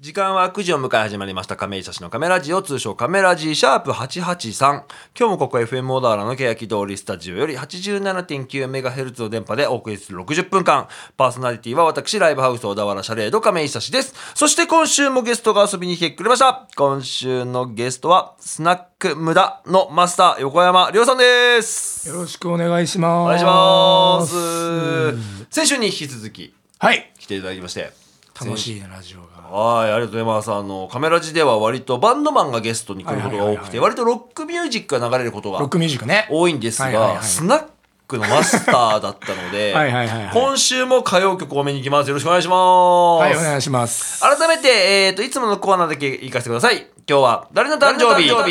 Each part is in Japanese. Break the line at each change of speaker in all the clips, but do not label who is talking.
時間は9時を迎え始まりました亀井久志のカメラジオ通称カメラジシャープ883今日もここ FM 小田原の欅通りスタジオより 87.9MHz の電波でお送りする60分間パーソナリティは私ライブハウス小田原シャレード亀井久志ですそして今週もゲストが遊びに来てくれました今週のゲストはスナック無駄のマスター横山亮さんです
よろしくお願いしま
お
す。
願いします先週に引き続き
はい。
来ていただきまして
楽しいねラジオが。
はい、ありがとうございます。あの、カメラ時では割とバンドマンがゲストに来ることが多
はいはい
く
はい
て、
は
割とロックミュージックが流れること
ロッ
が
クミュージックね。
多いんです
はいはいは
が、
い
スナックのマスターだったので
はいはいはいは、い
今週も歌謡曲を見に行きます。よろしくお願いしま
はい、お
す。
願いします。
改めて、えっ、と、いつものコーナーだけ行かせてください。今日は誰の誕生日は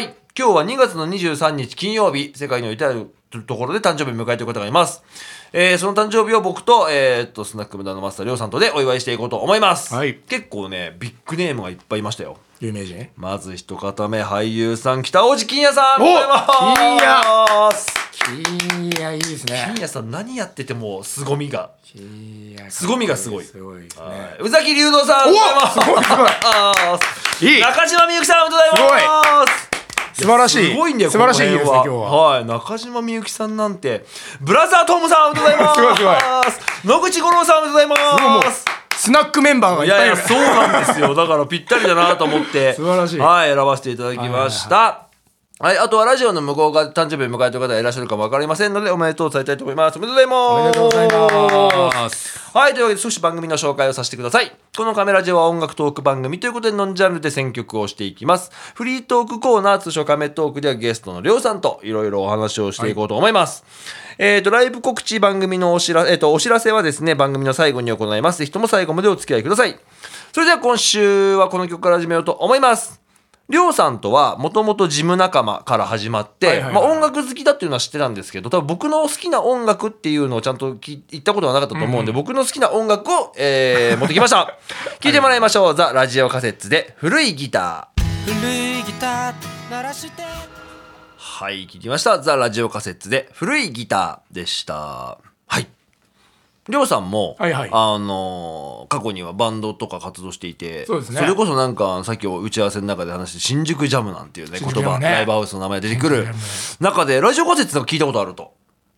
い。今日は2月の23日金曜日、世界においてあるところで誕生日を迎えている方がいます。えーその誕生日を僕と、えっ、と、スナック無駄のマスターりょうさんとでお祝いしていこうと思います。
はい
結構ね、ビッグネームがいっぱいいましたよ。
有名人
まず一方目、俳優さん、北大路欣也さん。
お
おはようございます
金やいいですね
欣。也さん、何やってても凄みが。
金や。
凄みがすごい
すごいです
は
ね。
い宇崎竜童さん。おはよ
お
うございます
すごいすごい。
ます
いい
中島みゆきさんおめでとうございます
素晴らしい。
すごいんだよ
素晴らしい日
こ
です
の
ね、
辺
今日は。
はい中島みゆきさんなんてブラザートムさんおめでとうございます
すごいすごい
野口五郎さんおめでとうござ
すごい
い
も
うます
スナックメンバーがい
い
っぱ
や
い
い
いる
や。そうなんですよだからぴったりだなと思って
素晴らしい
はい選ばせていただきました、はいあとはラジオの向こうが誕生日を迎えた方がいらっしゃるかもわかりませんのでおめでとう伝えたいと思いますおめでとう
おめでとうご
ござ
ざ
い
い
ます
ます。
はい、というわけで少し番組の紹介をさせてください。このカメラジオは音楽トーク番組ということでノンジャンルで選曲をしていきます。フリートークコーナー、通称カメトークではゲストのりょうさんといろいろお話をしていこうと思います。えっ、と、ライブ告知番組のお知らせ、えっ、と、お知らせはですね、番組の最後に行います。ぜひとも最後までお付き合いください。それでは今週はこの曲から始めようと思います。りょうさんとはもともとジム仲間から始まって、
はいはいはい
まあ音楽好きだっていうのは知ってたんですけど多分僕の好きな音楽っていうのをちゃんと聞い言ったことはなかったと思うんで、僕の好きな音楽を、えー持ってきま した聞いてもらいましょう「ザ・ラジオカセッツ」で「古いギター」
古いギター鳴らして
はい聞きました「ザ・ラジオカセッツ」で「古いギター」でしたはいりょうさんも、
はいはい
あのー過去にはバンドとか活動していて
そうですね
れこそなんかさっき打ち合わせの中で話して新宿ジャムなんていうね
新
言
宿ジャ
葉、
ムね
ライブハウスの名前出てくる
新宿ジ
中でラジオカセッツなんか聞いたことあると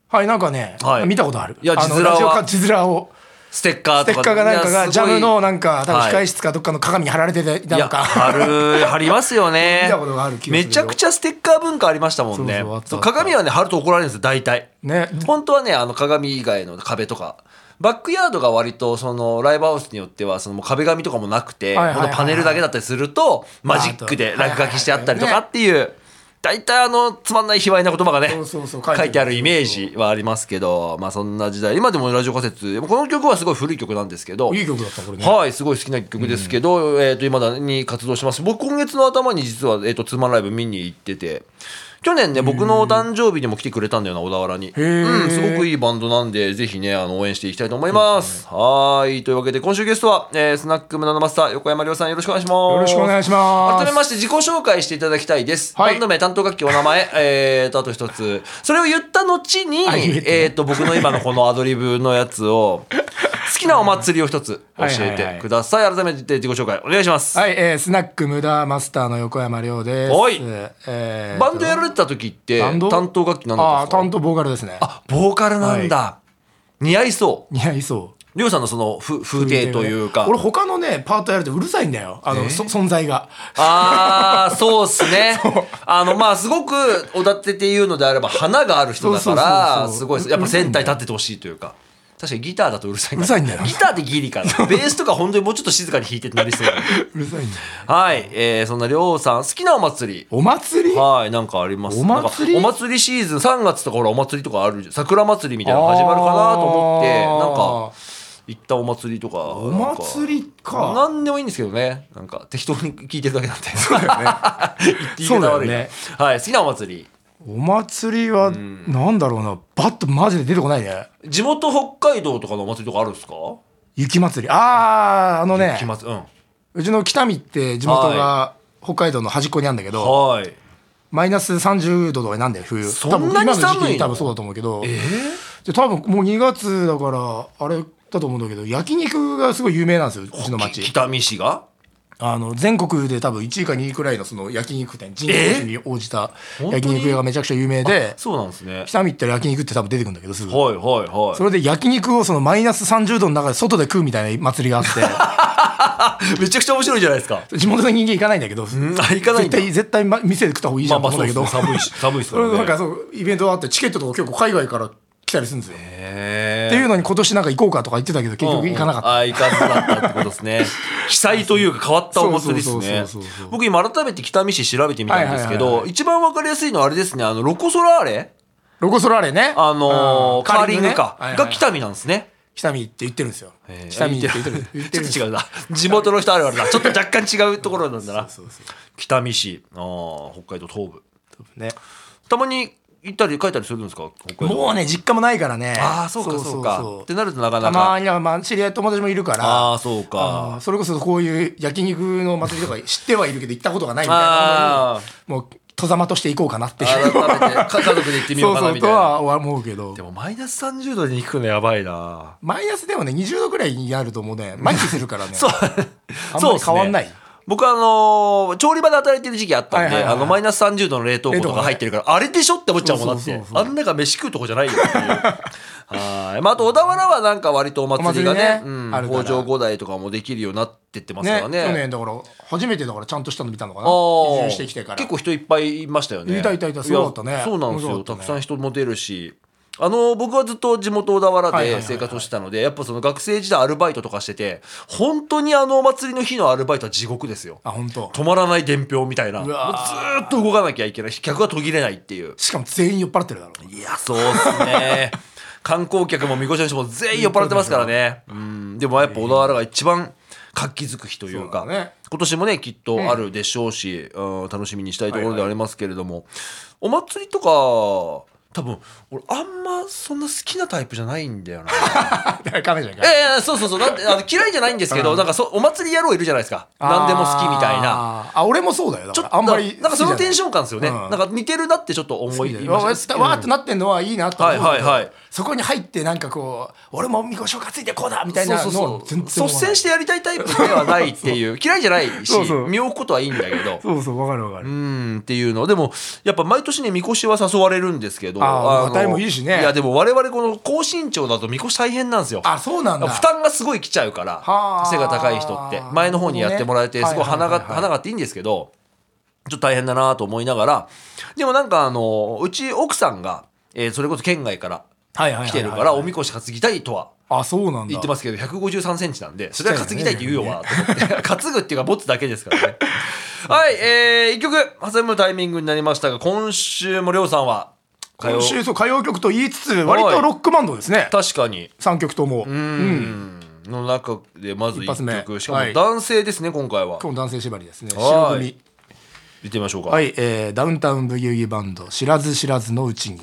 はい、なんかね
はい、
見たことある。
いや
あの
字面は
ラジオか字面を。
ステッカー
ステ
とか
ッカーがなんか
い
が
や
ジャムのなんか
すごい
多分控室かどっかの鏡に貼られていた
いや
のか、
貼る貼りますよね
見たことがある気がする
め
よ
ちゃくちゃステッカー文化ありましたもんね
そうそうあった
そう鏡はね貼ると怒られるんですよ大体
ね
本当はねあの鏡以外の壁とかバックヤードが割とそのライブハウスによってはそのもう壁紙とかもなくて
はいはいはい
ほんとパネルだけだったりするとマジックで落書きしてあったりとかっていう大体あのつまんない卑猥な言葉がね
そうそうそう書いてる
書いてあるイメージはありますけどまあそんな時代今でもラジオ仮説この曲はすごい古い曲なんですけど
いい曲だったこれね
はい、すごい好きな曲ですけど、えっ、と、今だに活動します。僕、今月の頭に実は、えっ、と、ツーマンライブ見に行ってて、去年ね、僕のお誕生日にも来てくれたんだよな、小田原に。
ー
うん、すごくいいバンドなんで、ぜひね、あの、応援していきたいと思います。はーい、というわけで、今週ゲストは、えースナック無駄のマスター、横山亮さん、よろしくお願いします。
よろしくお願いします
改めまして、自己紹介していただきたいです。
はい
バンド名、担当楽器、お名前、 えーと、あと一つ。それを言った後に、
あ言えてない
えっと、僕の今のこのアドリブのやつを、好きなお祭りを一つ教えてください。改めて自己紹介お願いします。
はい、えー、スナック無駄マスターの横山亮です。
おい
えー
バンドやられてた時って
バンド
担当楽器なんだ
あ
っ
ー
たんで
担
すか
当ボーカルですね。
あボーカルなんだ。似合いそ
似合いそう。
う。りょうさんのそのふ風景というか。
俺他のねパートやるとうるさいんだよ。あの、そ存在が。
ああ、そうっすね。あの、まあ、すごく、おだてて言うのであれば、花がある人だか
そうそうそう
ら、
そう
すごいっす、やっぱ仙台立っててほしいというか。確かにギターだとうるさいから
うるさいんだよ
ギターでギリか な。ベースとか本当にもうちょっと静かに弾いてってなりそうだね
うるさいんだよ。
はい。えー、そんなりょうさん、好きなお祭り。
お祭り？
はい、なんかあります。
お祭り
なんかお祭りシーズン、3月とかほらお祭りとかあるじゃん。桜祭りみたいなの始まるかなと思って、
あー
なんか、行ったお祭りとか。お
お祭りか
なんでもいいんですけどね。なんか、適当に聞いてるだけなんで。そうだ
よね そうだよね。
はい、好きなお祭り。
お祭りはなんだろうな。バッとマジで出てこないね。
地元北海道とかのお祭りとかあるんですか
雪祭り。あーあのね
雪。祭り。うん。
うちの北見って地元が北海道の端っこにあるんだけど、
はい。
マイナス30度とかになんだよ冬
そんなに
多分今の時
寒い
期
の
多分そうだと思うけど、で多分もう2月だからあれだと思うんだけど焼肉がすごい有名なんですようちの
き
町
北見市が
あの全国で多分1位か2位くらいのその焼肉店人口比に応じた
え
焼肉屋がめちゃくちゃ有名で
そうなんですね
北見行ったら焼肉って多分出てくるんだけどすぐ
はいはいはい
それで焼肉をそのマイナス30度の中で外で食うみたいな祭りがあっ
めちゃくちゃ面白いじゃないですか。
て地元の人間行かないんだけど
んあ行かないん
絶
だ
対絶対ま店で食った方がいいじ
ま
ゃ
あ
んと
まあ
思う
そ
ん
う
だ
です
けど
ね。寒いし、寒いです
そ
か
れでな
ら
んか
ね。
そうイベントがあってチケットとか結構海外から来たりするんですよっ
へ
ていう
う
のに今年なんか行こうかとか言ってたけど結局行かなかった
ああ、行かずだったってことです ね。被災というか変わったお祭りですね
そうそうそうそうそう。
僕今改めて北見市調べてみたんですけ
はいはいはい
ど、
は
一番わかりやすいのはあれですね、あの、ロコソラーレ
ロコ・ソラーレね
あのー、
うん
カーリングか。
ねはいはい
が北見なんですね。
北見って言ってるんですよ
えー
北見って言ってる言っ
ち
て
ょ
る
っと違うな。地元の人あるあるな。ちょっと若干違うところなんだな。
そうそう
北見市、あー北海道東部。
そうね
たまに行ったり帰ったりするんですか北海道。
もうね実家もないからね
ああ、そうかそうか。
そう
ってなるとなかな
た
か。
まにはまあ知り合い友達もいるから
ああそう
あ
か
のそれこそこういう焼肉の祭りとか知ってはいるけど行ったことがないみたい
あー
なもう戸ざまとして行こうかなっていう
改めてか家族で行ってみよ
そうう
かな
そう
みた
と
いな
は思うけど
でもマイナス30度で肉食うのやばいな
マイナスでもね20度ぐらいになるとも うね毎日するからね
そう
あん
そ
ま
うっ
り
すね
変わんない
僕あのー調理場で働いてる時期あったん
はい
で
はいはい
あのマイナス30度の冷凍庫とか入ってるからあれでしょって思っちゃうもんだっ
そう
て
そうそう
あ
そうん
なが飯食うとこじゃないよっていうはいまああと小田原はなんか割とお祭りが
お祭
ね
りね
うん
あるから
北条五代とかもできるようになってってますか
ね
ら
去
ね
年だから初めてだからちゃんとしたの見たのかな
あー
移住してきてから
結構人いっぱいいましたよね
いたいたいたすごかったね
やそうなんですよ
すごか
た
ったね
くさん人も出るしあの僕はずっと地元小田原
はいは
で
いはいはい
生活をしてたのでやっぱその学生時代アルバイトとかしてて本当にあのお祭りの日のアルバイトは地獄ですよ
あ本当。
止まらない伝票みたいなもう
う
ず
わー
ーっと動かなきゃいけない客が途切れないっていう
しかも全員酔っ払ってるだろう
いやそうっすね 観光客もみこしの人も全員酔っ払ってますからねうんでもやっぱ小田原が一番活気づく日というか
そうだね
今年もねきっとあるでしょうし、うん楽しみにしたいところではありますけれども、お祭りとか多分俺あんまそんな好きなタイプじゃないんだ よな
カメじゃんか
ええそうそうそうなんてあの嫌いじゃないんですけど、なんかそお祭り野郎いるじゃないですか何でも好きみたいな。
あーあ俺もそうだよだ
ち
か
ょっ
ら
と
あんまり
なんかそのテンション感ですよね、
うん
なんか似てるなってちょっと思
わ
い
ー
まし
わーってなってんのはいいなと思うけど
はいはいはい
そこに入ってなんかこう俺もみこしを担いでこうだみたいな
そう
の
そ
を
う
全然
そう率先してやりたいタイプではないって いう嫌いじゃないし
そうそう
見置くことはいいんだけど
そうそうわかるわか
う
る
んっていうのでもやっぱ毎年ねみこしは誘われるんですけど
あー
の
話題もいいしね
いやでも我々この高身長だとみこし大変なんですよ
あそうなんだ
負担がすごい来ちゃうから
はあ
背が高い人って前の方にやってもらえて
な
す
る
ごい
ほどね
花が
はい
花
はいはいはい
があっていいんですけどちょっと大変だなと思いながらでもなんかあのうち奥さんがえーそれこそ県外から
はいはいはいはい
来てるからおみこし担ぎたいとは
あそうなんだ
言ってますけど153センチなんでそれは担ぎたいって言うよなと思って 担ぐっていうか持つだけですからねはいえー一曲挟むタイミングになりましたが今週もりょうさんは歌謡
今週そう歌謡曲と言いつつ割とロックバンドですね
確かに
三曲とも
うんの中でまず
一発
1
目
曲しかも
はい
男性ですね今回は
今日男性縛りですね
はい
白組
行ってみましょうか
はい、えーダウンタウンブギウギバンド知らず知らずのうちに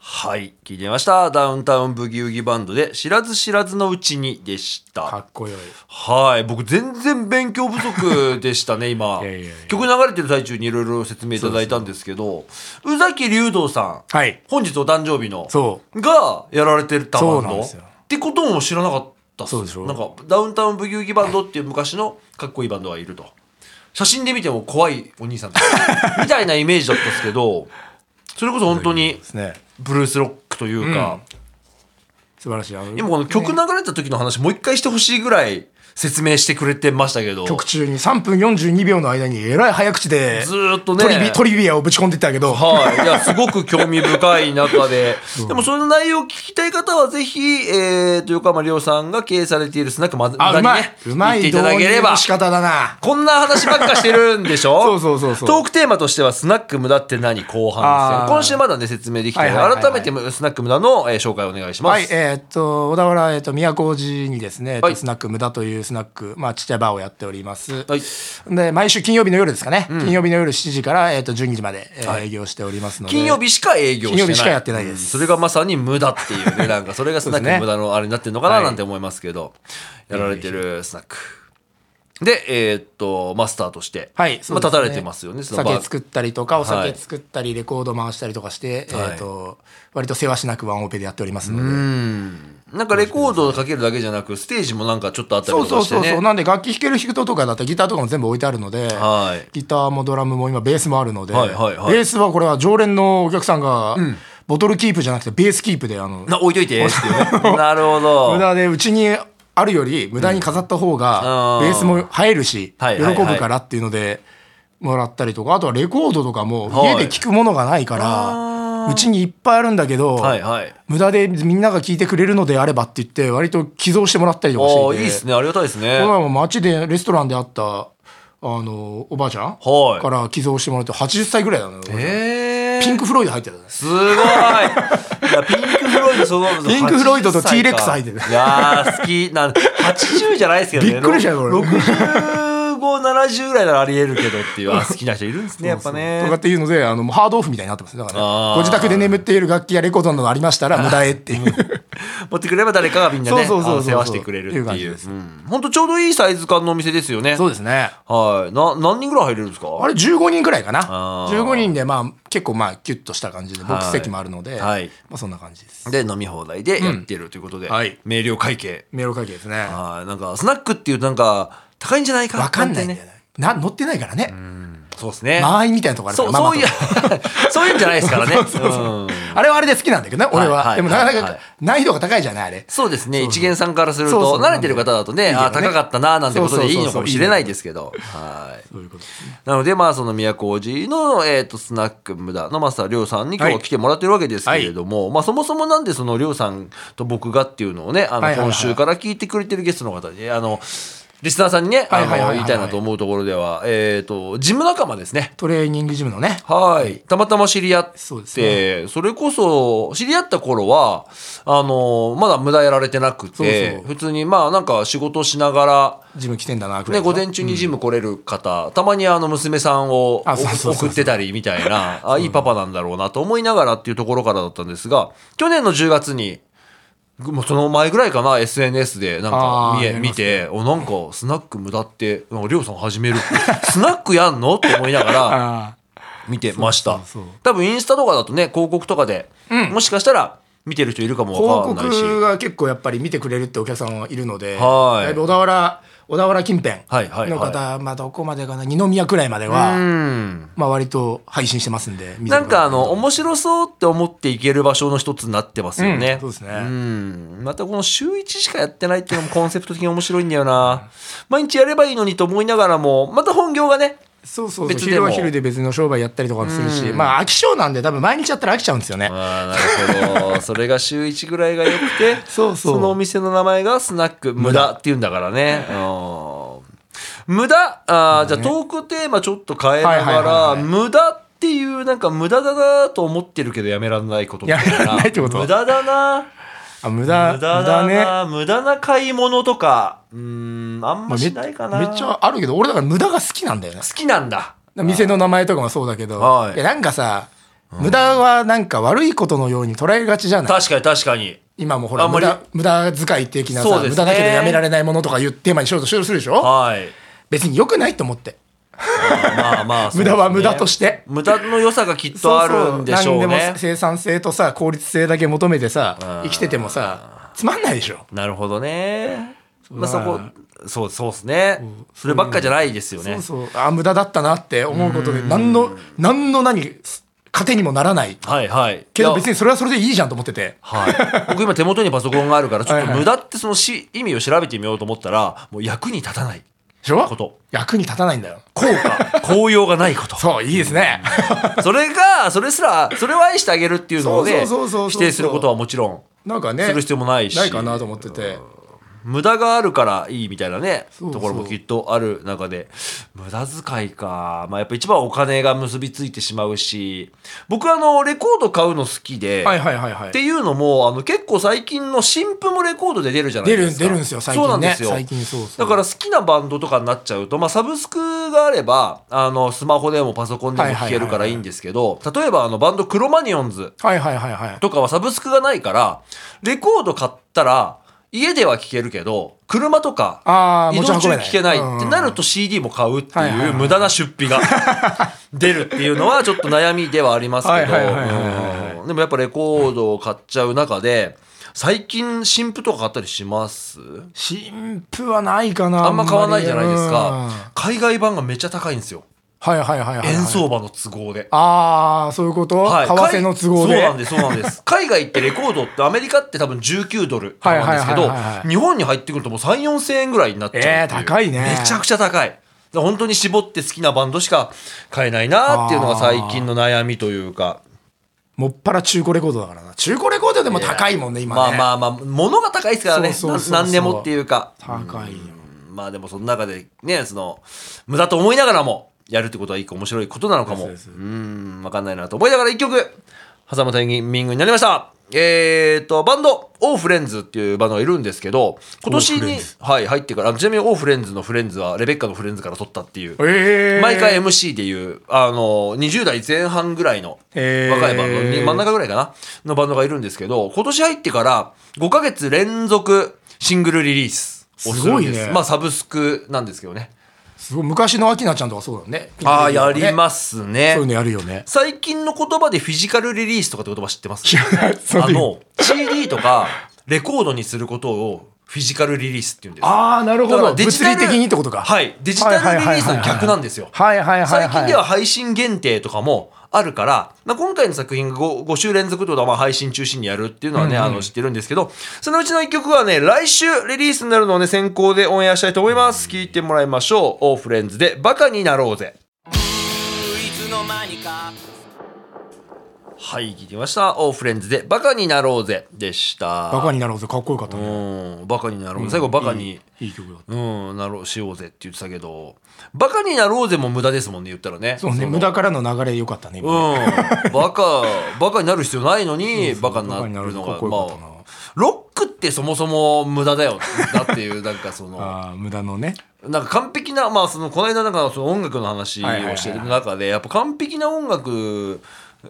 はい聞いてみましたダウンタウンブギウギバンドで知らず知らずのうちにでした
かっこよい
はい僕全然勉強不足でしたね今
いやいやいや
曲流れてる最中にいろいろ説明いただいたんですけど宇崎竜童さん、
はい
本日お誕生日の
そ
がやられてたバン
そうなん
ド
ですよ
ってことも知らなかったっす
そうでしょ
なんかダウンタウンブギウギバンドっていう昔のかっこいいバンドがいると写真で見ても怖いお兄さんたち みたいなイメージだったんですけどそれこそ本当に
うですね
ブルースロックというか、
素晴らしいあの
今この曲流れた時の話もう一回してほしいぐらい説明してくれてましたけど
曲中に3分42秒の間にえらい早口で
ずーっとね
トリビトリビアをぶち込んでいったけど
はい、いやすごく興味深い中で、でもその内容を聞きたい方はぜひ、えー、と横浜亮さんが経営されているスナックまず
あうまい、うま
行っ
い
ていただけれ
導入
ば
の仕方だな
こんな話ばっかしてるんでしょ
そうそうそうそう
トークテーマとしてはスナック無駄って何後半です
あ
よ
ー
今週まだね説明できてない、
はいはいはいはい
改めてスナック無駄の、えー紹介をお願いします、
はい、えーっと、小田原、えーっと、宮古寺にですね、えーっと
はい
スナック無駄というスナック、まあ、ちっちゃいバーをやっております。
はい
で、毎週金曜日の夜ですかね、金曜日の夜7時から、えーっと、12時まで、えー営業しておりますので。
金曜日しか営業してない
金曜日しかやってないです
それがまさに無駄って いうねなんかそれがスナッ
そうで
ク
すね
無駄のあれになってるのかな
はい
なんて思いますけど、やられてるスナックで、えーっと、マスターとして、
はい、
まあ、
そう
立
です
た
ね
れてますよね、その
酒
場
作ったりとか、お
は
酒
い
作ったり、レコード回したりとかして、
はい
えっと、割とせわしなくワンオペでやっておりますので。
なんかレコードをかけるだけじゃなく、ステージもなんかちょっとあったりと
そうそ
か
う
してね。
そうそう。なんで楽器弾ける人とかだったらギターとかも全部置いてあるので、
はい。
ギターもドラムも今ベースもあるので、
はいはいはい
ベースはこれは常連のお客さんが、ボトルキープじゃなくてベースキープで、あの、
な、置いといてって いうね。なるほど。
無駄でうちにあるより無駄に飾った方が
うん
ベースも映えるし
はい
喜
はいはい
ぶからっていうのでもらったりとかあとはレコードとかも
はい
家で聴くものがないからうちにいっぱいあるんだけど
はいはい。
無駄でみんなが聴いてくれるのであればって言って割と寄贈してもらったりとか
ああ、
し
い
てい
い
て
ですね。ありがたいですね。
この
は
前も街でレストランで会ったあのおばあちゃん
い。
から寄贈してもらって80歳ぐらいだね
ええ
ピンク・フロイド入ってたね
すごい。いやピンクフロイドその
ピンクフロイドと T-Rex 入ってる
いやー好きなん80じゃないですけどね。
びっくりしたよ俺
65、70ぐらいならありえるけどっていうあ好きな人いるんですねやっぱね。
とかっていうのであのもうハードオフみたいになってますねだから
あ
ね
ー
ご自宅で眠っている楽器やレコードなどありましたら無駄へって いう
持ってくれれば誰かがみんなね、
そうそうそうそう
あの世話してくれるって
っていう感
い
じ
う。
です
うんほんとちょうどいいサイズ感のお店ですよね。
うですね
はい。な、何人ぐらい入れるんですか
あれ15人くらいかな
あー
15人でまあ結構まあキュッとした感じでボックス席もあるので、
はい
まあ、そんな感じです
で、飲み放題でやってるということで、
うんはい
明瞭会計。
メール会計ですねわ
はい。なんか、スナックっていうとなんか、高いんじゃないか
かんないん
て
だよねな乗ってないからね
そうですね。
間合いみたいなとこある
そ
から
う、
ママ
そう
と
いう、 そういうんじゃないです からね。うん
あれはあれで好きなんだけどね俺は、
はいはい
でもなかな
はいは
か
い
難易度が高いじゃないあれ
そうですね。一元さんからする
そうそ
と、
うなんで
慣れてる方だとね、
いいけどね
あー高かったな、なんてことでいいのかもしれない
そうそうそうそういい
ですけど。はい。
そういうことですね
なので、まあ、その宮古寺の、えっ、と、スナック無駄のマスター、りょうさんに今日は来てもらってるわけですけれども、まあ、そもそもなんで、その、りょうさんと僕がっていうのをね、あの、
はいはいはい
今週から聞いてくれてるゲストの方に、あの、リスナーさんにね、あ
はいはいはいは
の、
い
言いたいなと思うところでは、えっ、と、ジム仲間ですね。
トレーニングジムのね
はい。たまたま知り合って、
そうです
でそれこそ知り合った頃はあのまだ無駄やられてなくて
そうそう
普通にまあなんか仕事しなが
ジム来てんだなく
ら、ね、
らい
午前中にジム来れる方、たまにあの娘さんを
あそうそうそうそう
送ってたりみた いなあいいパパなんだろうなと思いながらっていうところからだったんですが去年の10月に。もうその前ぐらいかな SNS でなんか
あー
見え
やり
見
ます
ておなんかスナック無駄ってなんかりょうさん始める スナックやんのって思いながら
あ
見てました
そうそうそう
多分インスタとかだとね広告とかで、もしかしたら見てる人いるかもわ
広
かんないし
告が結構やっぱり見てくれるってお客さんはいるので、
はい
だいぶ小田原小田原近辺の方、
はいはいはい
まあ、どこまでかな二宮くらいまで
う
は、
ん
まあ、割と配信してますんで見てくれ
な
る
んかあの面白そうって思っていける場所の一つになってますよね、
うんそうですね
んまたこの週1しかやってないっていうのもコンセプト的に面白いんだよな毎日やればいいのにと思いながらもまた本業がね
そうそうそう
別で
昼
も
は昼で別の商売やったりとかもするし、まあ飽き性なんで多分毎日やったら飽きちゃうんですよね
あーなるほど それが週1ぐらいがよくて
そうそう
のお店の名前がスナック無駄っていうんだからねうん無駄あーじゃあトークテーマちょっと変えな
はいは
が
いは
ら
いはい
無駄っていうなんか無駄だなと思ってるけどやめられないことみた
やめらんないってこと
無駄だな
あ無駄
無駄だな無駄な買い物とかうーんあん
ま
ま
あめ
し
っ
ないかな、
めっちゃあるけど俺だから無駄が好きなんだよね
好きなんだ
店の名前とかもそうだけど、
はい
いやなんかさ無駄はなんか悪いことのように捉えがちじゃない
確かに確かに
今もほ
あ
ら
んま
無
り
駄無駄遣い的な
そう
さ、
ですね
無駄だけどやめられないものとかいうテーマにしようとしようとするでしょ
はい
別に良くないと思って
まあまあ、そうですね
無駄は無駄として
無駄の良さがきっとあるんでしょう
何で
ね
も。生産性とさ効率性だけ求めてさ
ん
生きててもさつまんないでしょ
なるほどね。まあそ
そう
こ、そう、そうですね。そればっかじゃないですよね。
そうそうあ無駄だったなって思うことで何の何の何糧にもならない
はいはい。
け
い
ど
や
別にそれはそれでいいじゃんと思ってて
はい、 僕今手元にパソコンがあるからちょっ
はい
と
はい
無駄ってそのし意味を調べてみようと思ったらもう役に立たない
でしょ
こと
役に立たないんだよ
効果 効用がないこと
そういいですね
それがそれすらそれを愛してあげるっていうのをね
そうそうそうそうそう
否定することはもちろん
なんかね
する必要もないし
ないかなと思ってて
無駄があるからいいみたいなね
うそう
ところもきっとある中で無駄遣いか、まあ、やっぱ一番お金が結びついてしまうし僕あのレコード買うの好きで、
はいはいはいはい
っていうのもあの結構最近の新譜もレコードで出るじゃない
出
で
る
すか
出るんですよ最近ね
そうなんですよ
最近そうそう
だから好きなバンドとかになっちゃうと、まあ、サブスクがあればあのスマホでもパソコンでも聴けるからいいんですけど例えばあのバンドクロマニオンズ
はいはいはいはい
とかはサブスクがないからレコード買ったら家では聴けるけど車とか
あー
移
持ち
動
運
中
べない
聴けない
うん
ってなると CD も買うって
はいはい
い
は
う
い
無駄な出 費が出るっていうのはちょっと悩みではありますけ
はいはいはいはいはい
どうんでもやっぱレコードを買っちゃう中で最近新譜とか買ったりします
新婦はないかな
あんま買わないじゃないです
うん
か海外版がめっちゃ高いんですよ
はいはいはいはいはい
円相場の都合で。
ああそういうこと、
はい
為替の都合で
そうなんですそうなんです 海外ってレコードってアメリカって多分19ドルなんですけ
は
ど
いはいはいはいはい
日本に入ってくるともう3 4千円ぐらいになっちゃうっていう
えー高いね
めちゃくちゃ高いだから本当に絞って好きなバンドしか買えないなっていうのが最近の悩みというか
もっぱら中古レコードだからな中古レコードでも高いもんね今ね
まあまあまあ物が高いですからね
そうそうそうそう
な何でもっていうか
高いよ
うんまあでもその中でねその無駄と思いながらもやるってことは一個面白いことなのかも
そう
う
ですそうん
分かんないなと思いながら一曲挟むタイミングになりましたえー、とバンドオーフレンズっていうバンドがいるんですけど今年
オーフレ
に
ンズ、
はい、入ってからあちなみにオーフレンズのフレンズはレベッカのフレンズから取ったっていう
えー、
毎回 MC でいうあの20代前半ぐらいの
へー
若いバンド、に真ん中ぐらいかなのバンドがいるんですけど今年入ってから5ヶ月連続シングルリリースをするんです
すごいね
まあサブスクなんですけどね
すごい昔のアキナちゃんとかそうだよね
ああやりますすね
そういうのやるよ ね
最近の言葉でフィジカルリリースとかって言葉知ってます
いやそういう
あの CD とかレコードにすることをフィジカルリリースって言うんです
ああなるほ
だから
ど
デジタ
物
ル
理的にってことか
はいデジタルリリースの逆なんですよ
はいはいはいはい
最近では配信限定とかもあるから、まあ、今回の作品が 5, 5週連続ってことはまあ配信中心にやるっていうのはね、あの知ってるんですけどそのうちの1曲はね来週リリースになるのをね先行でオンエアしたいと思います聞いてもらいましょう「オーフレンズでバカになろうぜ
いつの間にか」
はい聞いてみました「オーフレンズでバカになろうぜ」でした
バカになるほどかっこよかった
う
ね
んバカになろうぜ最後バカに
いいいい曲だった
うんなろうしようぜって言ってたけどバカになろうぜも無駄ですもんね言ったらね
そうね
の
無駄からの流れ良かったね今ね
うん、バカバカになる必要ないのに
そう
バカになるの
バカになるのか
が
っこよかったな
まあロックってそもそも無駄だよだっていうなんかそ の
ああ無駄のね
なんか完璧なまあそのこの間なんかその音楽の話
はいはいはいは
を
い
してる中でやっぱ完璧な音楽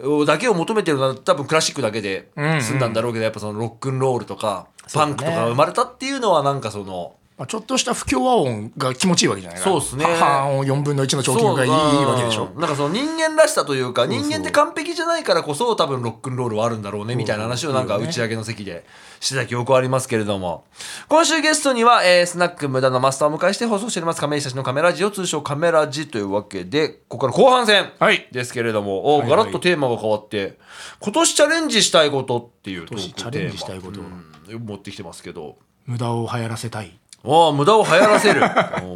をだけを求めてるのは多分クラシックだけで済んだんだろうけどやっぱそのロックンロールとか
そ
パ
うだ
ン
ね
クとかが生まれたっていうのはなんかその。
まあ、ちょっとした不協和音が気持ちいいわけじゃないか
そうっすね
半音4分の1の長
そ
金
う
がいい
うん
わけでしょ
なんかその人間らしさというか
うそう
人間って完璧じゃないからこそ多分ロックンロールはあるんだろうねみたいな話をなんか
そうそう
打ち上げの席でしてた記憶はありますけれども今週ゲストには、えースナック無駄のマスターをお迎えして放送しております亀井久志のカメラジを通称カメラジというわけでここから後半戦
はい
ですけれども、お
はい
ガ
はい
ラッとテーマが変わって今年チャレンジしたいことっていうト
年
ークテーマ
チャレンジしたいこと
うん持ってきてますけど
無駄を流行らせたい
ああ無駄を流行らせ るおー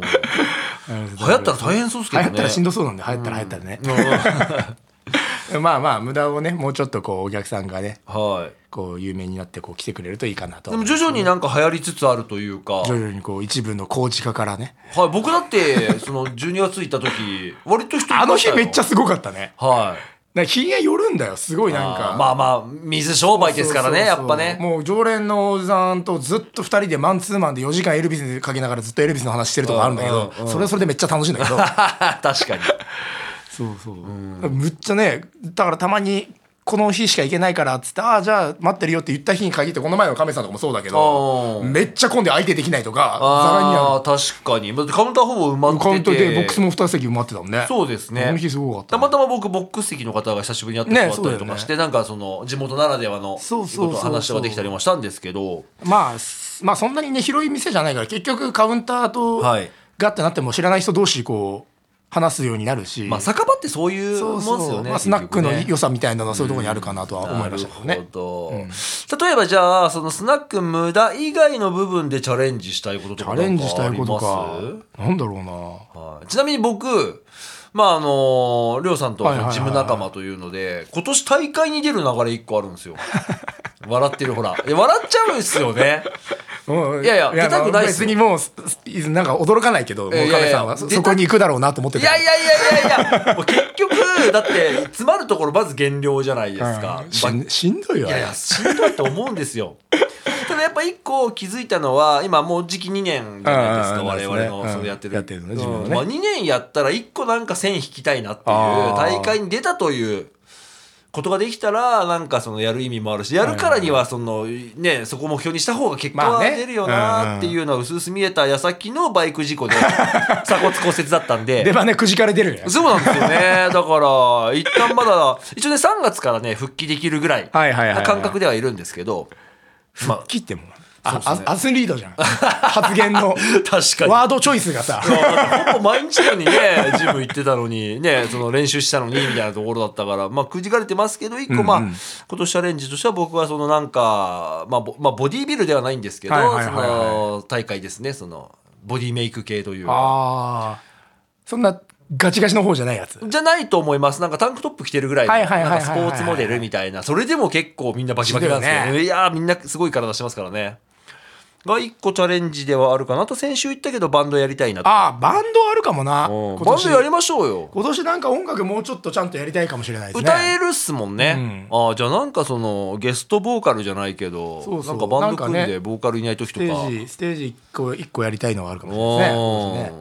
流
流
行ったら大変そうですけ
流
どね
行ったらしんどそうなんで流行ったら流行ったらね、まあまあ無駄をねもうちょっとこうお客さんがね
うん はい
こう有名になってこう来てくれるといいかなと
でも徐々になんか流行りつつあるというか、は
徐
い、
々にこう一部の高地化からね
僕だってその12月行った時割と人いましたよ
あの日めっちゃすごかったね
はい
なんか日が寄るんだよすごいなん
あ
か
ーまあまあ水商売ですからね
そうそうそ
や
う
っぱね
もう常連のおじさんとずっと2人でマンツーマンで4時間エルビスかけながらずっとエルビスの話してるとかあるんだけど、
うんうんうん
それはそれでめっちゃ楽しいんだ けど
確かに
そうそう、むっちゃねだからたまにこの日しか行けないからっつってああじゃあ待ってるよって言った日に限ってこの前の亀さんとかもそうだけど
あー
めっちゃ混んで相手できないとかざらにあ
ああ確かにだってカウンターほぼ埋まって
る
て
カウントでボックスも2席埋まってたもんね
そうですね
この日すごかったた
またま僕ボックス席の方が久しぶりに会ってもらったりとかして、なんかその地元ならではの
そうそうそうそう
こと話とかできたりもしたんですけど
まあすまあそんなにね広い店じゃないから結局カウンターと
はい
がってなっても知らない人同士こう話すようになるし、
まあ酒場ってそういうもん
そう
です
そ
よ
う
ね
まあ、スナックの
結局ね
良さみたいなのはそういうところにあるかなとは思いましたけど
なる
ね。
ほど例えばじゃあそのスナック無駄以外の部分でチャレンジしたいことと
チ
かな
ャ
んか
レ
あ
ン
り
ジしたいこと
ま
か。なんだろうな。
すはいちなみに僕まああのりょうさんとは
はいはいはいはい
ジム仲間というので今年大会に出る流れ一個あるんです よ笑ってるほらいや笑っちゃうんですよね
うん
いやいや出たくないっす
別
よ
にもうすすなんか驚かないけど、もう
いやいや
亀さんはそ
出た
そこに行くだろうなと思って
い
た
や
か
いやいや
ら。
いやいやもう結局だって詰まるところまず減量じゃないですか
うんしんしんどいよ。
いやいや、しんどいと思うん ですよ。ただやっぱ一個気づいたのは今もう時期2年じゃないですか
うんうんうん
我々の
うん
そのやってる
やってるのね自分のね
うんまあ2年やったら一個なんか線引きたいなっていう
あー
大会に出たということができたらなんかそのやる意味もあるしやるからにはその、ね、そこを目標にした方が結果
まあ
は
ね
出るよ
うんうん
なっていうのは薄々見えた矢先のバイク事故 で鎖骨骨折だったんで
出。羽ねくじかれてるね
そうなんですよね。だから、一旦まだ、一応ね、3月からね、復帰できるぐらい、
はいはいはいはい
感覚ではいるんですけど、まあ、
切ってもう
そう
あ
っすね
あアスリートじゃん発言の
確かに。
ワードチョイスがさ
ほぼ毎日のようにね、ジム行ってたのに、ね、その練習したのに、みたいなところだったから、まあ、くじかれてますけど、一個、まあ、今年チャレンジとしては、僕は、そのなんか、まあ、ボまあ、ボディービルではないんですけど、
はいはいはいは
そ
い
の、大会ですね、その、ボディメイク系というか。
ああそんなガチガチの方じゃないやつ
じゃないと思います。なんかタンクトップ着てるぐらいの、
は
ないん
はいはいはい
かスポーツモデルみたいな、それでも結構みんなバキバキなんです
し
よ
んどいよ
ね。いやー、みんなすごい体してますからね。が一個チャレンジではあるかな。あと先週言ったけど、バンドやりたいなと。
ああバンドあるかもな
うん
今
バン
年
ドやりましょうよ。
今年なんか音楽もうちょっとちゃんとやりたいかもしれないですね
歌えるっすもんね、ああじゃあなんかそのゲストボーカルじゃないけど
そうそう
なんかバンド組
なん
ん
かね
でボーカルいない時
ス
とか
テージステージ一個一個やりたいのはあるかもしれないですね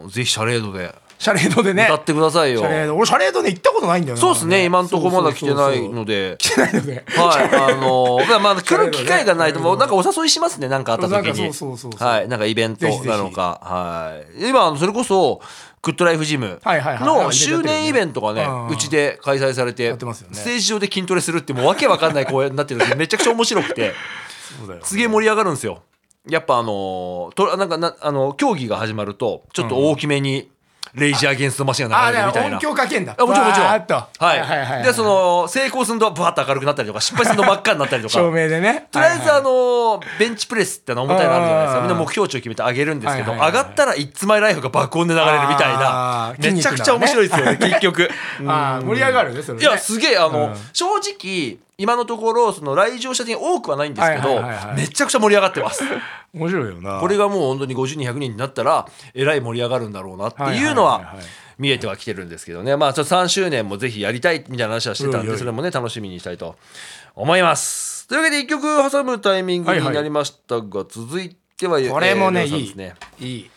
おーぜひシャレードで
シャレードでね
歌ってくださいよ、
シャレード俺シャレードね行ったことないんだよな
そうっすね今んとこまだ来てないの
で
で
来てないので
はいあのー まあ
シ
来
ャレードね
る機会がないともうなんかお誘いしますねなんかあった時
なんかそ
に
うそうそうそう
はいなんかイベント
ぜひぜひ
なのかはい今あのそれこそグッドライフジム
はいはいはい
の周年イベントがね
うん
うちで開催されて
やってますよね
ステージ上で筋トレするってもうわけわかんない公演になってるんですけど めちゃくちゃ面白くて。
そうだよ
すげえ盛り上がるんですよ。やっぱあのーとなんかなあの競技が始まるとちょっと大きめにレイジーアゲンストマシン
あ
が
あ
流れるみ
だ
た
から
いな。
音響かけんだ
あもちろんもちろん。
バーッと
はい。でその成功するとブワッと明るくなったりとか失敗すると真っ赤になったりと か。
照明でね
とりあえず
は
あのーベンチプレスっての重たいのあるじゃないです
あ
か
ー
みんな目標値を決めて上げるんですけど
はい
上
はいはい
がったら「イッツマイライフ」が爆音で流れるみたいな
あー筋肉
めちゃくちゃ面白いですよね結 局。
いはいあー盛り上がるねそれ
い
ね
やすげえあの、
うん
正直今のところその来場者的に多くはないんですけど、
はいはいはいはい
めちゃくちゃ盛り上がってます。
面白いよな
これがもう本当に50人100人になったらえらい盛り上がるんだろうなっていうの
はいはい
は
はいはい
見えてはきてるんですけどねまあちょっと3周年もぜひやりたいみたいな話はしてたん
うんうん
でそれもね楽しみにしたいと思います。というわけで1曲挟むタイミングになりましたが続いては
これもね
えーりょうさん
いい
ですね
いい
い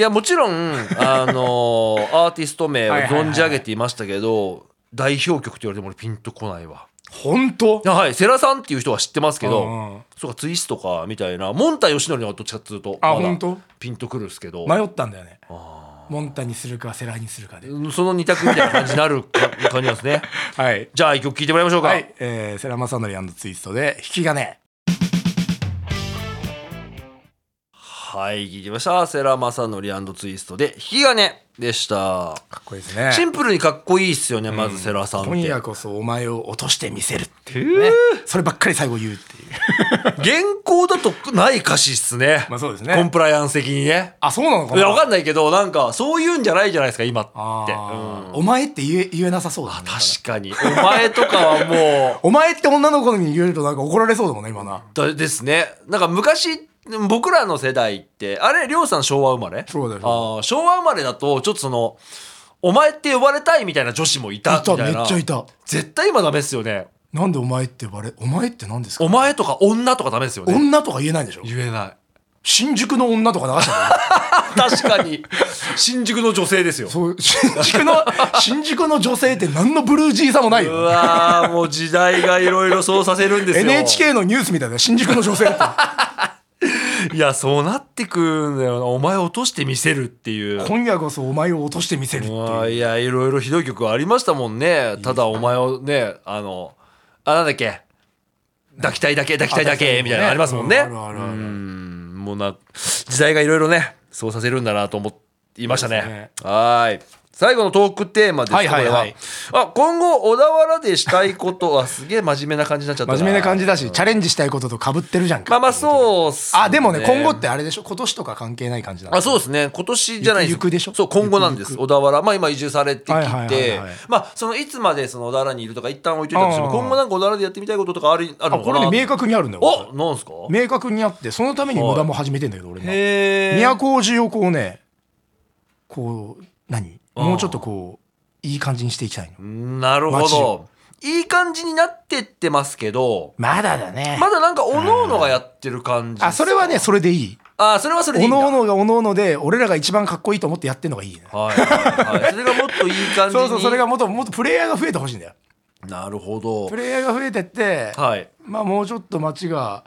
やもち ろんあのアーティスト名を存じ上げていましたけど代表曲って言われても俺ピンとこないわ。
本当
あはい、世良さんっていう人は知ってますけど、
うんうん
そうかツイストかみたいなモンタヨシノリはどっちかっつうと
あ
まだ
本当
ピンとくるんですけど、
迷ったんだよねモンタにするかセラにするかで
うんその二択みたいな感じになるか 感じなんですね
はい
じゃあ一曲聴いてもらいましょうか、
はい、えー、セラマサノリツイストで引き金
はい、聞いてみました。セラマサノリツイストで、引き金でした。
かっこいいですね
シンプルにかっこいいっすよね、まずセラさんって。
今夜
原
こそお前を落としてみせるっていうねそればっかり最後言うって いう
稿だとない歌詞っすね。
まあそうです
コン
ね
プライアンス的にね。
あそうなのか
い
な
や、わかんないけど、なんか、そういうんじゃないじゃないですか、今って。
あー
うん
お前って言え言えなさそうだね
確かに。お前とかはもう、
お前って女の子に言えるとなんか怒られそうだもんね今な
だですねなんか昔僕らの世代ってあれりょうさん昭和生まれ
そうだよ
あー昭和生まれだとちょっとそのお前って呼ばれたいみたいな女子もいた
い
み
た
たいな
めっちゃいた
絶対今ダメですよね
なんでお前って呼ばれお前って何ですか
お前とか女とかダメですよね
女とか言えないでしょ
言えない
新宿の女とか流した ら
確か に新宿の女性ですよ
そう新宿の新宿の女性って何のブルージーさもないうよ
わーもう時代がいろいろそうさせるんですよ
NHK のニュースみたいな新宿の女性って
いやそうなってくんだよなお前落としてみせるっていう
今夜こそお前を落としてみせるって
あ
いう
ーいやいろいろひどい曲ありましたもんねただお前をねあのあなんだっけ抱きたいだけ抱きたいだけみたいなのありますもんね
あるあるある
うんもうな時代がいろいろねそうさせるんだなと思いましたね
そうで
はーい最後のトークテーマです、
はいはいはい
これはあ今後小田原でしたいことはすげえ真面目な感じになっちゃった
真面目な感
じ
じだしチャレンジしたいこととかぶってるじゃんか
まあまあそうっすね
あでもね今後ってあれでしょ今年とか関係ない感じだ
あそうですね今年じゃない
ゆくゆくでしょ
そう今後なんです
ゆ
小田原まあ今移住されてきて、
はいはいはいはい
まあそのいつまでその小田原にいるとか一旦置いといたとしても
あー
今後なんか小田原でやってみたいこととかあるある
あ
の
こ
かな
れね明確にあるんだよ
おなんですか
明確にあってそのために無駄も始めてんだけど俺今
へー
都路をこうねこう何
うん
もうちょっとこういい感じにしていきたいの
なるほ
街
ど
を
いい感じになってってますけど
まだだね
まだなんか各々がやってる感じ
あそれはねそれでいい
あそれはそれでい
お
いんだ
のおのがおのおので俺らが一番かっこいいと思ってやってんのがいいね
はいはいはいそれがもっといい感じに
そうそうそれがもっともっとプレイヤーが増えてほしいんだよ
なるほど
プレイヤーが増えてって、
はい
まあ、もうちょっと街が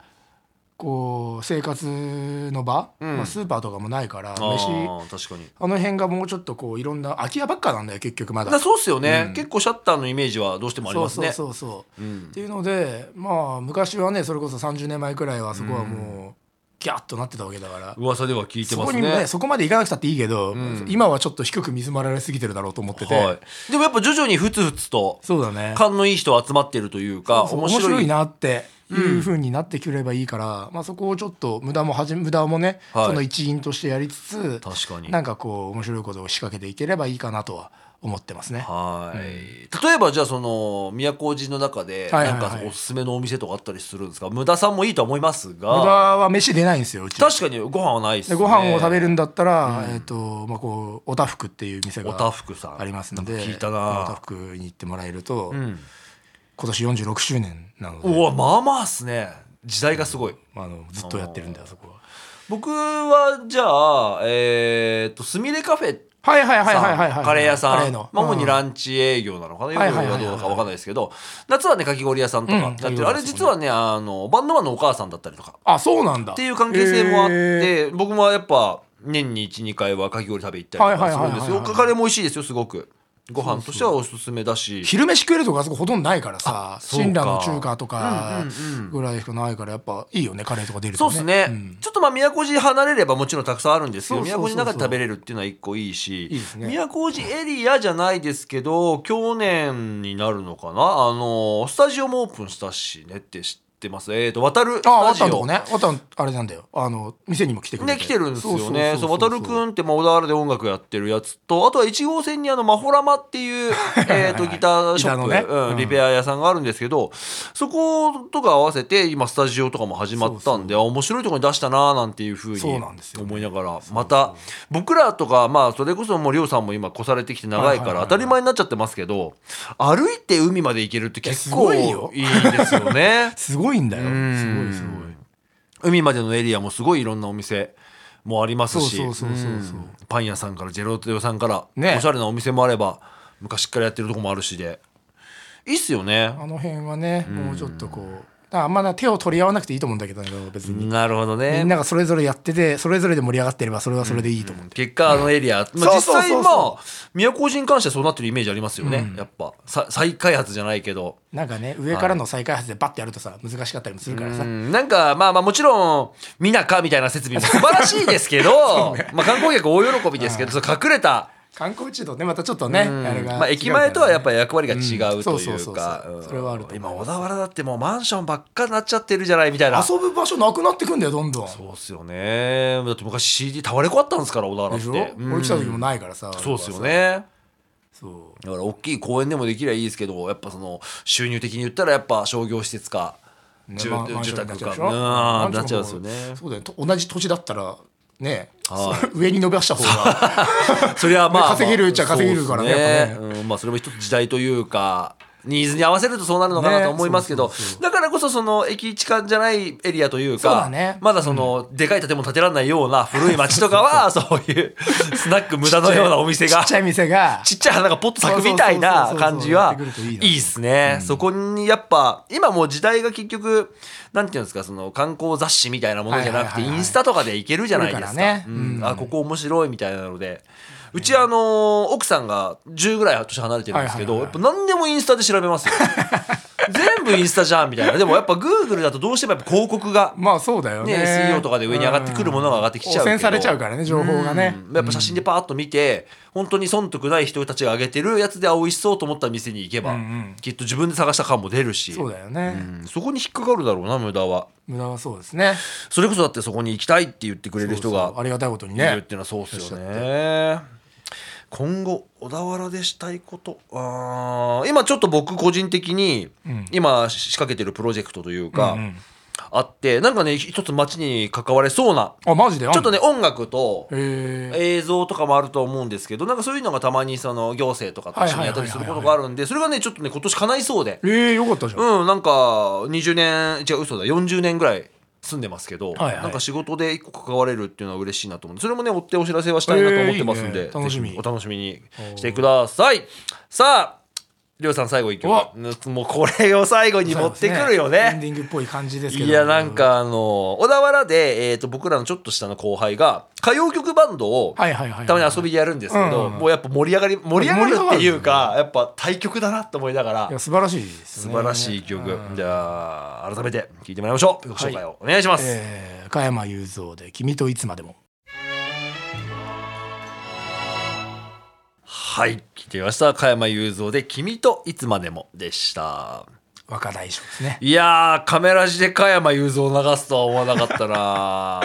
こう生活の場、
うん
まあ、スーパーとかもないから
あ
飯
ー確かに
あの辺がもうちょっとこういろんな空き家ばっかなんだよ結局
だ
まだ。
からそうっすよね、結構シャッターのイメージはどうしてもあり
そう
ます
そう
ね
そうそう、
うん
っていうのでまあ昔はねそれこそ30年前くらいはそこはもうギャッとなってたわけだから、
噂では聞いて
そ
ま
こ
す
に
ね
もねそこまで行かなくたっていいけど、
ん
今はちょっと低く水まられすぎてるだろうと思ってて、
はい、でもやっぱ徐々にふつふつと
そうだね
勘のいい人集まってるというか
そう
面
面
白
白
い
いなっていうふうになってくればいいから、まあ、そこをちょっと無駄もはじ無駄もね、
はい
その一員としてやりつつ
確かに
なんかこう面白いことを仕掛けていければいいかなとは思ってますね。
はい、例えばじゃあその都路の中で
はいは
な
いは
ん
い
かおすすめのお店とかあったりするんですか無駄さんもいいとは思います
無駄
が
は飯出ないんですようち
確かにご飯はないです
で
ね
ご飯を食べるんだったら、えっ、とまあこうおたふくっていう店
おた
が
ふくさん
ありますので
なんか聞いた
まあおた
な
ふくに行ってもらえると、
うん
今年46周年なので
うわまあまあっすね時代がすごい
まあ、あのずっとやってるんだよそこは。
僕はじゃあえーっとすみれカフェ
はいはいはいはいはい
さ
はい
んカレー屋さ
カレー
ん
の
まあ主に
うん
ランチ営業なのかな夜
はいはいはい
はど
はい
うかわかんないですけど夏はねかき氷屋さんとか
うん
やって
かき
る
氷
あれ実はねあのバンドマンのお母さんだったりとか
あそうなんだっ
っていう関係性もあっ
えー
て僕もやっぱ年に12回はかき氷食べ行ったりとかするんです
はいはいはい
よ
はいはい
カレーも美味しいですよすごくご飯としてはおすすめだし
昼飯食えるとこあそこほとんどないからさ
そうか
辛辣の中華とか
うんうんうん
ぐらいしかないからやっぱいいよねカレーとか出る
そ
と
うで
ね
すね、
ん
ちょっとまあ宮古島離れればもちろんたくさんあるんですけど
そうそうそうそ
宮
う
古島の中で食べれるっていうのは一個いいし
いいですね
宮古島エリアじゃないですけど去年になるのかなあのスタジオもオープンしたしねって知ってますえっ、と渡るス
ああ
タ
わ
ジ
たんと
オ
こねわたんあれなんだよあの店にも来てくれ
で
て
来てるんですよねそう渡るく
ん
んってまあ小田原で音楽やってるやつとあとは1号線にあのマホラマっていうえーとギターショップ、
ギターのね
うん
うん
リペア屋さんがあるんですけどそことか合わせて今スタジオとかも始まったんであ面白いところに出したなーなんていうふうに
そうなんですよね
思いながらまた僕らとかまあそれこそもう亮さんも今越されてきて長い
はい
か
はい
ら
はい
当たり前になっちゃってますけど歩いて海まで行けるって結構
いや
い
すご
い
いよ
ですよ ね。
すごいんだよ
うん
すごいすごい
海までのエリアもすごいいろんなお店もありますし
そうそうそうそうそうん
パン屋さんからジェロテオさんから、
ね
おしゃれなお店もあれば昔からやってるとこもあるしでいいっすよね
あの辺はねもうちょっとこうだからあんまな手を取り合わなくていいと思うんだけどね別に
なるほどね
みんながそれぞれやっててそれぞれで盛り上がってればそれはそれでいいと思う
結果あのエリア、まあ、
そう
実
そうそう
際
そう
まあ宮古島に関してはそうなってるイメージありますよね、やっぱさ再開発じゃないけど
なんかね上からの再開発でバッてやるとさ難しかったりもするから
う
さ
んなんかまあまあもちろん「みなか」みたいな設備も素晴らしいですけ ど、まあ、観光客大喜びですけど、その隠れた
観光地とねまたちょっとねあれが
まあ、駅前とはやっぱ
り
り役割が違
う
うんと
そ
い
うそうそうう
か
そう
うん
それはあると思い
今
ます
小田原だってもうマンションばっかなっちゃってるじゃないみたいなそ
遊ぶ場所なくなってくんだよどんどん
うっすよねだって昔 CD タワレコあったんですから小田
でしょ
原ってうん
俺来た時もないからさ
そうっすよね
そう
だから大きい公園でもできりゃいいですけどやっぱその収入的に言ったらやっぱ商業施設か
ね
住
まあマンシ
住
ョンになっ
宅
ちゃ
か
うでしょ
うん
マ
なっ
ンシ
ち
ョ
ゃ
ン
うんですよね
そうだよと同じ土地だったらね
は
上に伸ばし た方が
それはまあ、
ね稼げるっちゃ稼げるからねやっぱ
ね、うんまあそれも一つ時代というかニーズに合わせるとそうなるのかな
ね
と思いますけど、
そうそうそう
だからこそその駅地下じゃないエリアという
そう
か
だね
まだその、でかい建物建てられないような古い町とか はそういうスナック無駄のようなお店が
ちっちゃい店が
ちっちゃい花がポッと咲くみたいな
そうそうそうそう
感じは
やってくるといいない
いっすね、そこにやっぱ今もう時代が結局なんていうんですかその観光雑誌みたいなものじゃなくて
はいはいはいはい
インスタとかで行けるじゃないですか
来るからね
うん
うん
あここ面白いみたいなので。うちあの奥さんが10ぐらい年離れてるんですけど、
はいはいはい
やっぱ何でもインスタで調べ ますよ全部インスタじゃんみたいなでもやっぱグーグルだとどうしてもやっぱ広告が
まあそうだよね
ね SEO とかで上に上がってくるものが上がってきちゃうけど
汚染されちゃうからね情報がね
うんやっぱ写真でパーッと見て、本当に損得ない人たちが上げてるやつであ美味しそうと思った店に行けば、
うんうん
きっと自分で探した感も出るし
そうだよね
うんそこに引っかかるだろうな無駄は
無駄はそうですね
それこそだってそこに行きたいって言ってくれる人
そうそうあ
が
りがたいことに
いるってい
ね
うのはそうっすよ
い
ね今後小田原でしたいことあー今ちょっと僕個人的に
うん
今仕掛けてるプロジェクトという
うんう
か、
ん
あってなんかね一つ街に関われそうな
あマジ
ち
で
ょっと
ね
ね音楽と
へえ
映像とかもあると思うんですけどなんかそういうのがたまにその行政とかと一緒にやったりすることがあるんでそれがねちょっとね今年叶いそうで
ええよかったじゃん
うんなんか20年違う嘘だ40年ぐらい住んでますけど、
はいはい
なんか仕事で一個関われるっていうのは嬉しいなと思うんでそれもね追ってお知らせはしたいなと思ってますんで、
えーいいね楽しみ
ぜひお楽しみにしてくださいさありょうさん最後一曲
うわ
もうこれを最後に持ってくるよ
エン
ね
ディングっぽい感じですけど
いやなんかあの小田原で、えー、と僕らのちょっと下の後輩が歌謡曲バンドを
はいはいはいはい
たまに遊びでやるんですけど、
うん
もうやっぱ盛り上がり盛り上がるっていうかやっぱ対局だなと思いなが
い
ら
や素晴らしいです
素
ね
晴らしい曲、じゃあ改めて聴いてもらいましょう曲紹介をお願いします、
えー加山雄三で「君といつまでも
はい聴いてみました加山雄三で「君といつまでも」でした」
若大将ですね
いやーカメラ字で加山雄三を流すとは思わなかった な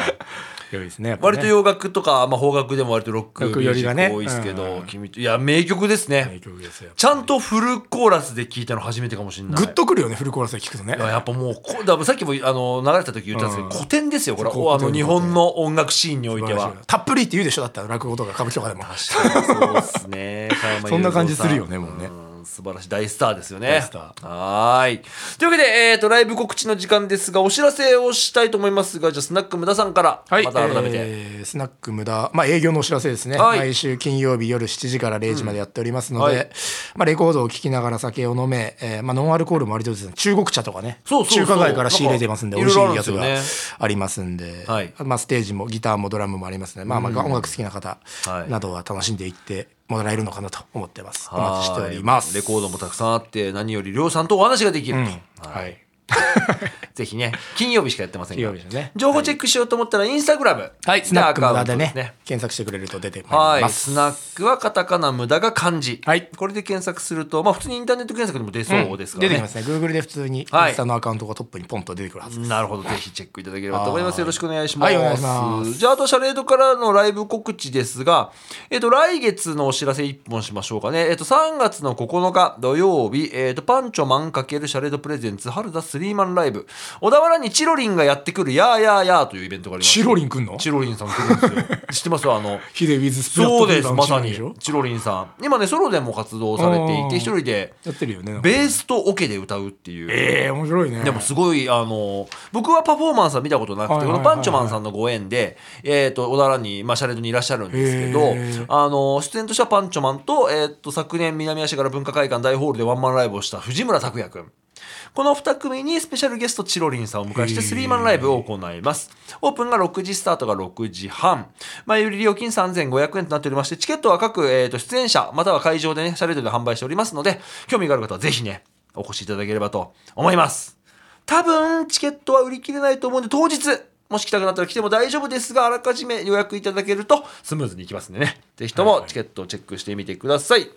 良いですねやっぱね
割と洋楽とか、まあ、邦楽でも割とロック
ロック
よ
寄
り
り
が
が
ね
ね
多いですけど、
うん
君といや名曲です
名
ね
曲ですよ
ちゃんとフルコーラスで聴いたの初めてかもしれない
グッとくるよねフルコーラスで聞くとね
いややっぱもうこだからさっきもあの流れた時言ったんですけど、
うん
古典ですよこれ
そう古
あの
典
日本の音楽シーンにおい
素
て
晴らし。
はい
たっぷりって言うでしょだったら落語とか歌舞伎とかでも
確かにそうですね加山雄三さ
そんな感じするよねもうね
ん素晴らしい大スターですよね
大スター
はーいというわけで、えー、とライブ告知の時間ですがお知らせをしたいと思いますがじゃあスナック無駄さんから、また改めて、
えースナック無駄、まあ、営業のお知らせですね、
はい
毎週金曜日夜7時から0時までやっておりますの
うんは
で、
い
まあ、レコードを聴きながら酒を飲め、えーまあ、ノンアルコールも割とですね中国茶とかね
そうそうそう
中華街から仕入れてますんで
な
美
んか
味
い
し
ろいろ
い
ある
やつが
んで
ありますんで
はい
まあ、ステージもギターもドラムもありますね、まあ、まあ音楽好きな方
はい
などは楽しんでいってもらえるのかなと思ってます、お
はー
待ち
い
しております
レコードもたくさんあって何よりりょうさんとお話ができると、
はい
ぜひね金曜日しかやってませんが
金曜日ですね
情報チェックしようと思ったらインスタグラム
スナック無駄で
アカウン
ね
トです
検索してくれると出てまいり
は
ま
い、
す
スナックはカタカナ無駄が漢字、
はい
これで検索すると、まあ、普通にインターネット検索でも出そうですから
出
ね、
てきますね Google で普通にイン
はい
スタのアカウントがトップにポンと出てくるはずです、
なるほど、ぜひチェックいただければと思います。よろしくお願いします。
はいお願いします
じゃあ、あと、シャレードからのライブ告知ですが、えっ、と、来月のお知らせ一本しましょうかね。えっ、と、3月の9日土曜日、えっ、と、パンチョマン×シャレードプレゼンツ春田スリーマンライブ。小田原にチロリンがやってくる、やーやーやーというイベントがあります。
チロリンくんの
チロリンさん来るんですよ。知ってますあの、
ヒデウィズスプラッ
そ
ト
うです、まさ
で
に
しょ。
チロリンさん。今ね、ソロでも活動されてい
うん
て、一人で、
やってるよね
ベースとオケで歌うっていう。
ええ面白いね
でもすごい、あの、僕はパフォーマンスは見たことなくて、
はい
こ
はいはい
のパンチョマンさんのご縁で、えっ、と、小田原に、まあ、シャレードにいらっしゃるんですけ
へ
ど
ー、
あの、出演としてはパンチョマンと、えっ、と、昨年南足柄文化会館大ホールでワンマンライブをした藤村拓也くん。この2組にスペシャルゲストチロリンさんをお迎えして
へー
スリーマンライブを行います。オープンが6時、スタートが6時半。前売り料金3500円となっておりまして、チケットは各、えー、と出演者、または会場でね、シャレードで販売しておりますので、興味がある方はぜひね、お越しいただければと思います。多分、チケットは売り切れないと思うんで、当日、もし来たくなったら来ても大丈夫ですが、あらかじめ予約いただけるとスムーズにいきますんでね。ぜひともチケットをチェックしてみてください。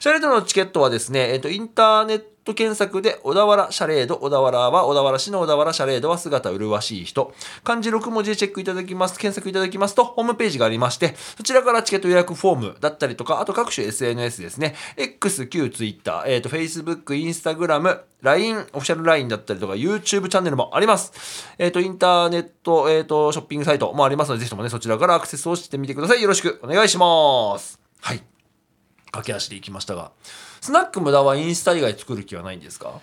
シャレードのチケットはですね、えっ、と、インターネットネット検索で小田原シャレード小田原は小田原市の小田原シャレードは姿麗しい人漢字6文字でチェックいただきます検索いただきますとホームページがありましてそちらからチケット予約フォームだったりとかあと各種 SNS ですね X 旧 Twitter、えー、と Facebook インスタグラム LINE オフィシャル LINE だったりとか YouTube チャンネルもありますえっ、とインターネット、えー、とショッピングサイトもありますのでぜひともねそちらからアクセスをしてみてくださいよろしくお願いしますはい駆け足でいきましたがスナック無駄はインスタ以外作る気はないんですか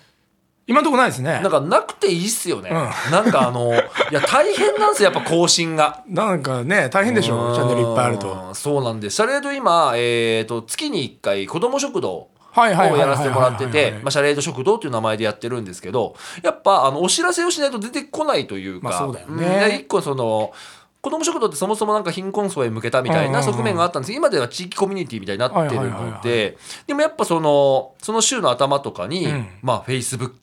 今のとこないですね
なんかなくていいっすよね、なんかあのいや大変なんですよやっぱ更新が
なんかね大変でしょチャンネルいっぱいあると
うんそうなんですシャレード今、えー、と月に1回子ども食堂
はいはい
を
はい
や
はい
らせてもらって
はいはい
て
はい
まあシャレード食堂という名前でやってるんですけどやっぱあのお知らせをしないと出てこないというか、
まあそうだよね
んで一個その子ども食堂ってそもそもなんか貧困層へ向けたみたいな
うんうんうん
側面があったんですけど今では地域コミュニティみたいになってる
はいはいはい
の
はい
ででもやっぱそのその週の頭とかに、
うん
まあフェイスブック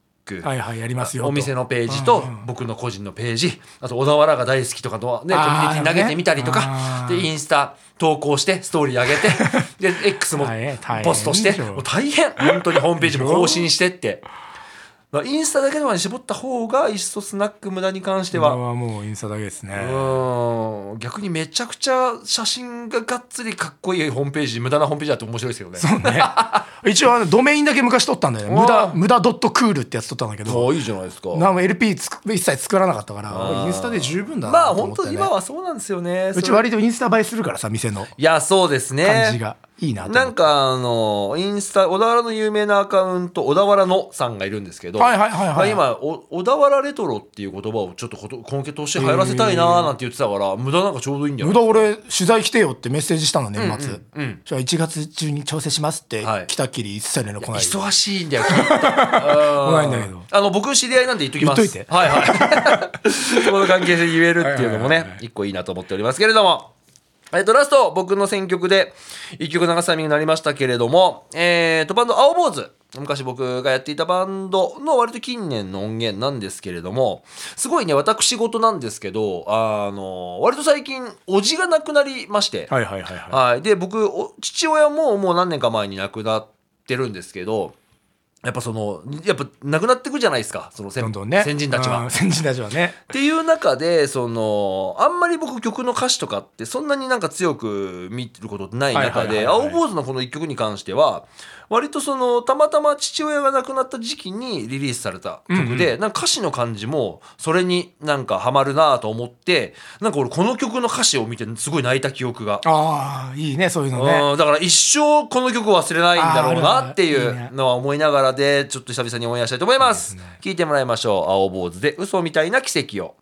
はいはいやりますよと
お店のページと
うんうん
僕の個人のページあと小田原が大好きとかとねコミ
あー
ュニティに投げてみたりとか
あー
でインスタ投稿してストーリー上げ てで X も
大変大変
ポストして
でしょ
もう大 変本当にホームページも更新してってだからインスタだけとかに絞った方がいっそスナック無駄に関して
今
は
はもうインスタだけですね
うーん逆にめちゃくちゃ写真ががっつりかっこいいホームページ無駄なホームページだと面白いですけどね
そうね一応あのドメインだけ昔取ったんだよね
う
無
わ
駄無駄ドットクールってやつ取ったんだけど
もういいじゃないですか
なんも LP つく一切作らなかったか
あ
ら
ー
インスタで十分だ
ま
な
あ
と
本
思った
当
よね
今はそうなんですよね
うち
それ
割とインスタ映えするからさ店の
いやそうですね
感じがいいなと思
な
って
んかあのインスタ小田原の有名なアカウント小田原のさんがいるんですけど、
はいはいはいはい
まあ今お小田原レトロっていう言葉をちょっとこと今月として流行らせたいなーなんて言ってたから無駄なんかちょうどいいんじゃな
無
い
駄俺取材来てよってメッセージしたの年末、
うんうん
じゃあ1月中に調整しますって、
はい
来たっきり一切連絡来ない
忙しいんだよ。 きっと来
来ないんだけど
あの僕知り合いなんで言っときます。
言っといて
はいはい。 そこの関係性言えるっていうのも
はいはいはい
ね
は、
一個いいなと思っておりますけれども。えっと、ラスト、僕の選曲で、一曲流すタイミングになりましたけれども、えっと、バンド、青坊主。昔僕がやっていたバンドの割と近年の音源なんですけれども、すごいね、私事なんですけど、あの、割と最近、おじが亡くなりまして、
はいはいはいは
はい、で僕お父親ももう何年か前に亡くなってるんですけどやっぱそのやっぱ亡くなってくじゃないですかその
い
先
どんどんね
先人たちは。
う
っ
ん先人たちはね
ていう中でそのあんまり僕曲の歌詞とかってそんなになんか強く見ることってない中
はいはい
で
はいはい
青坊主のこの一曲に関しては割とそのたまたま父親が亡くなった時期にリリースされた曲で、なんか歌詞の感じもそれになんかハマるなと思ってなんか俺この曲の歌詞を見てすごい泣いた記憶が
ああいいねそういうのね
うん、だから一生この曲を忘れないんだろう
あーある
な
ね
ってい
いいね
うのは思いながらでちょっと久々にオンエアしたいと思います聞いてもらいましょう青坊主で嘘みたいな奇跡を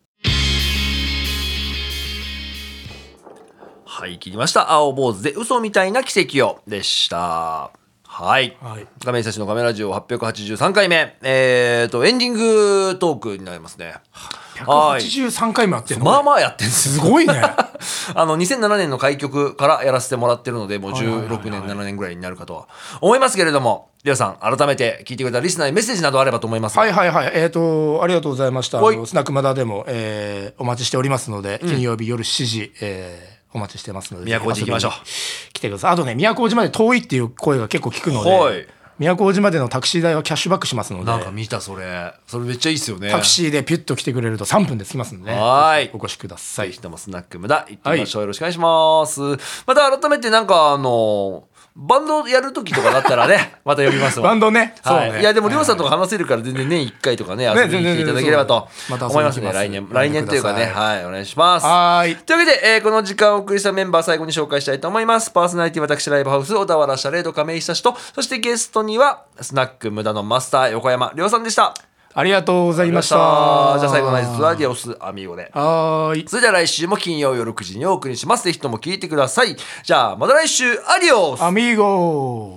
はい切りました青坊主で嘘みたいな奇跡をでしたはい
はい
画面差しのカメラジオ883回目えっ、とエンディングトークになりますねはい
183回もやってるの
まあまあやってんですよ
すごいね
あの2007年の開局からやらせてもらってるのでもう
はいはいはい
16年7年ぐらいになるかとは思いますけれどもりょうさん改めて聞いてくれたリスナーにメッセージなどあればと思います
はいはいはいえっ、とありがとうございましたあ
はい
のスナックマダでも、えーお待ちしておりますので、金曜日夜7時、えーお待ちしてますので
宮古島行きましょう
遊びに来てくださいあとね宮古島まで遠いっていう声が結構聞くので、
はい
宮古島までのタクシー代はキャッシュバックしますので
なんか見たそれそれめっちゃいいっすよね
タクシーでピュッと来てくれると3分で着きますので、
はーい
お越しくださ
ぜ
い
ひ。ともスナック無駄行ってみましょう、よろしくお願いしますまた改めてなんかあのバンドやる時とかだったら ねまた呼びますわ
バンドね、
はい
そうね。
いやでもりょうさん
と
とか話せるから全然年1回とかね遊びに来ていただければと
全然全然そう
思いますね
また遊
来
び
年
に来ます
来年というかね
呼んでくだ
はいお願いします
はーい。
というわけで、えーこの時間をお送りしたメンバー最後に紹介したいと思います。パーソナリティ私ライブハウス小田原シャレード亀井久志と、そしてゲストにはスナック無駄のマスター横山亮さんでした。
ありがとうございました。
じゃあ最後の挨拶はディオスアミーゴで。
はーい。
それでは来週も金曜夜9時にお送りします。ぜひとも聞いてください。じゃあまた来週、アディオス
アミーゴー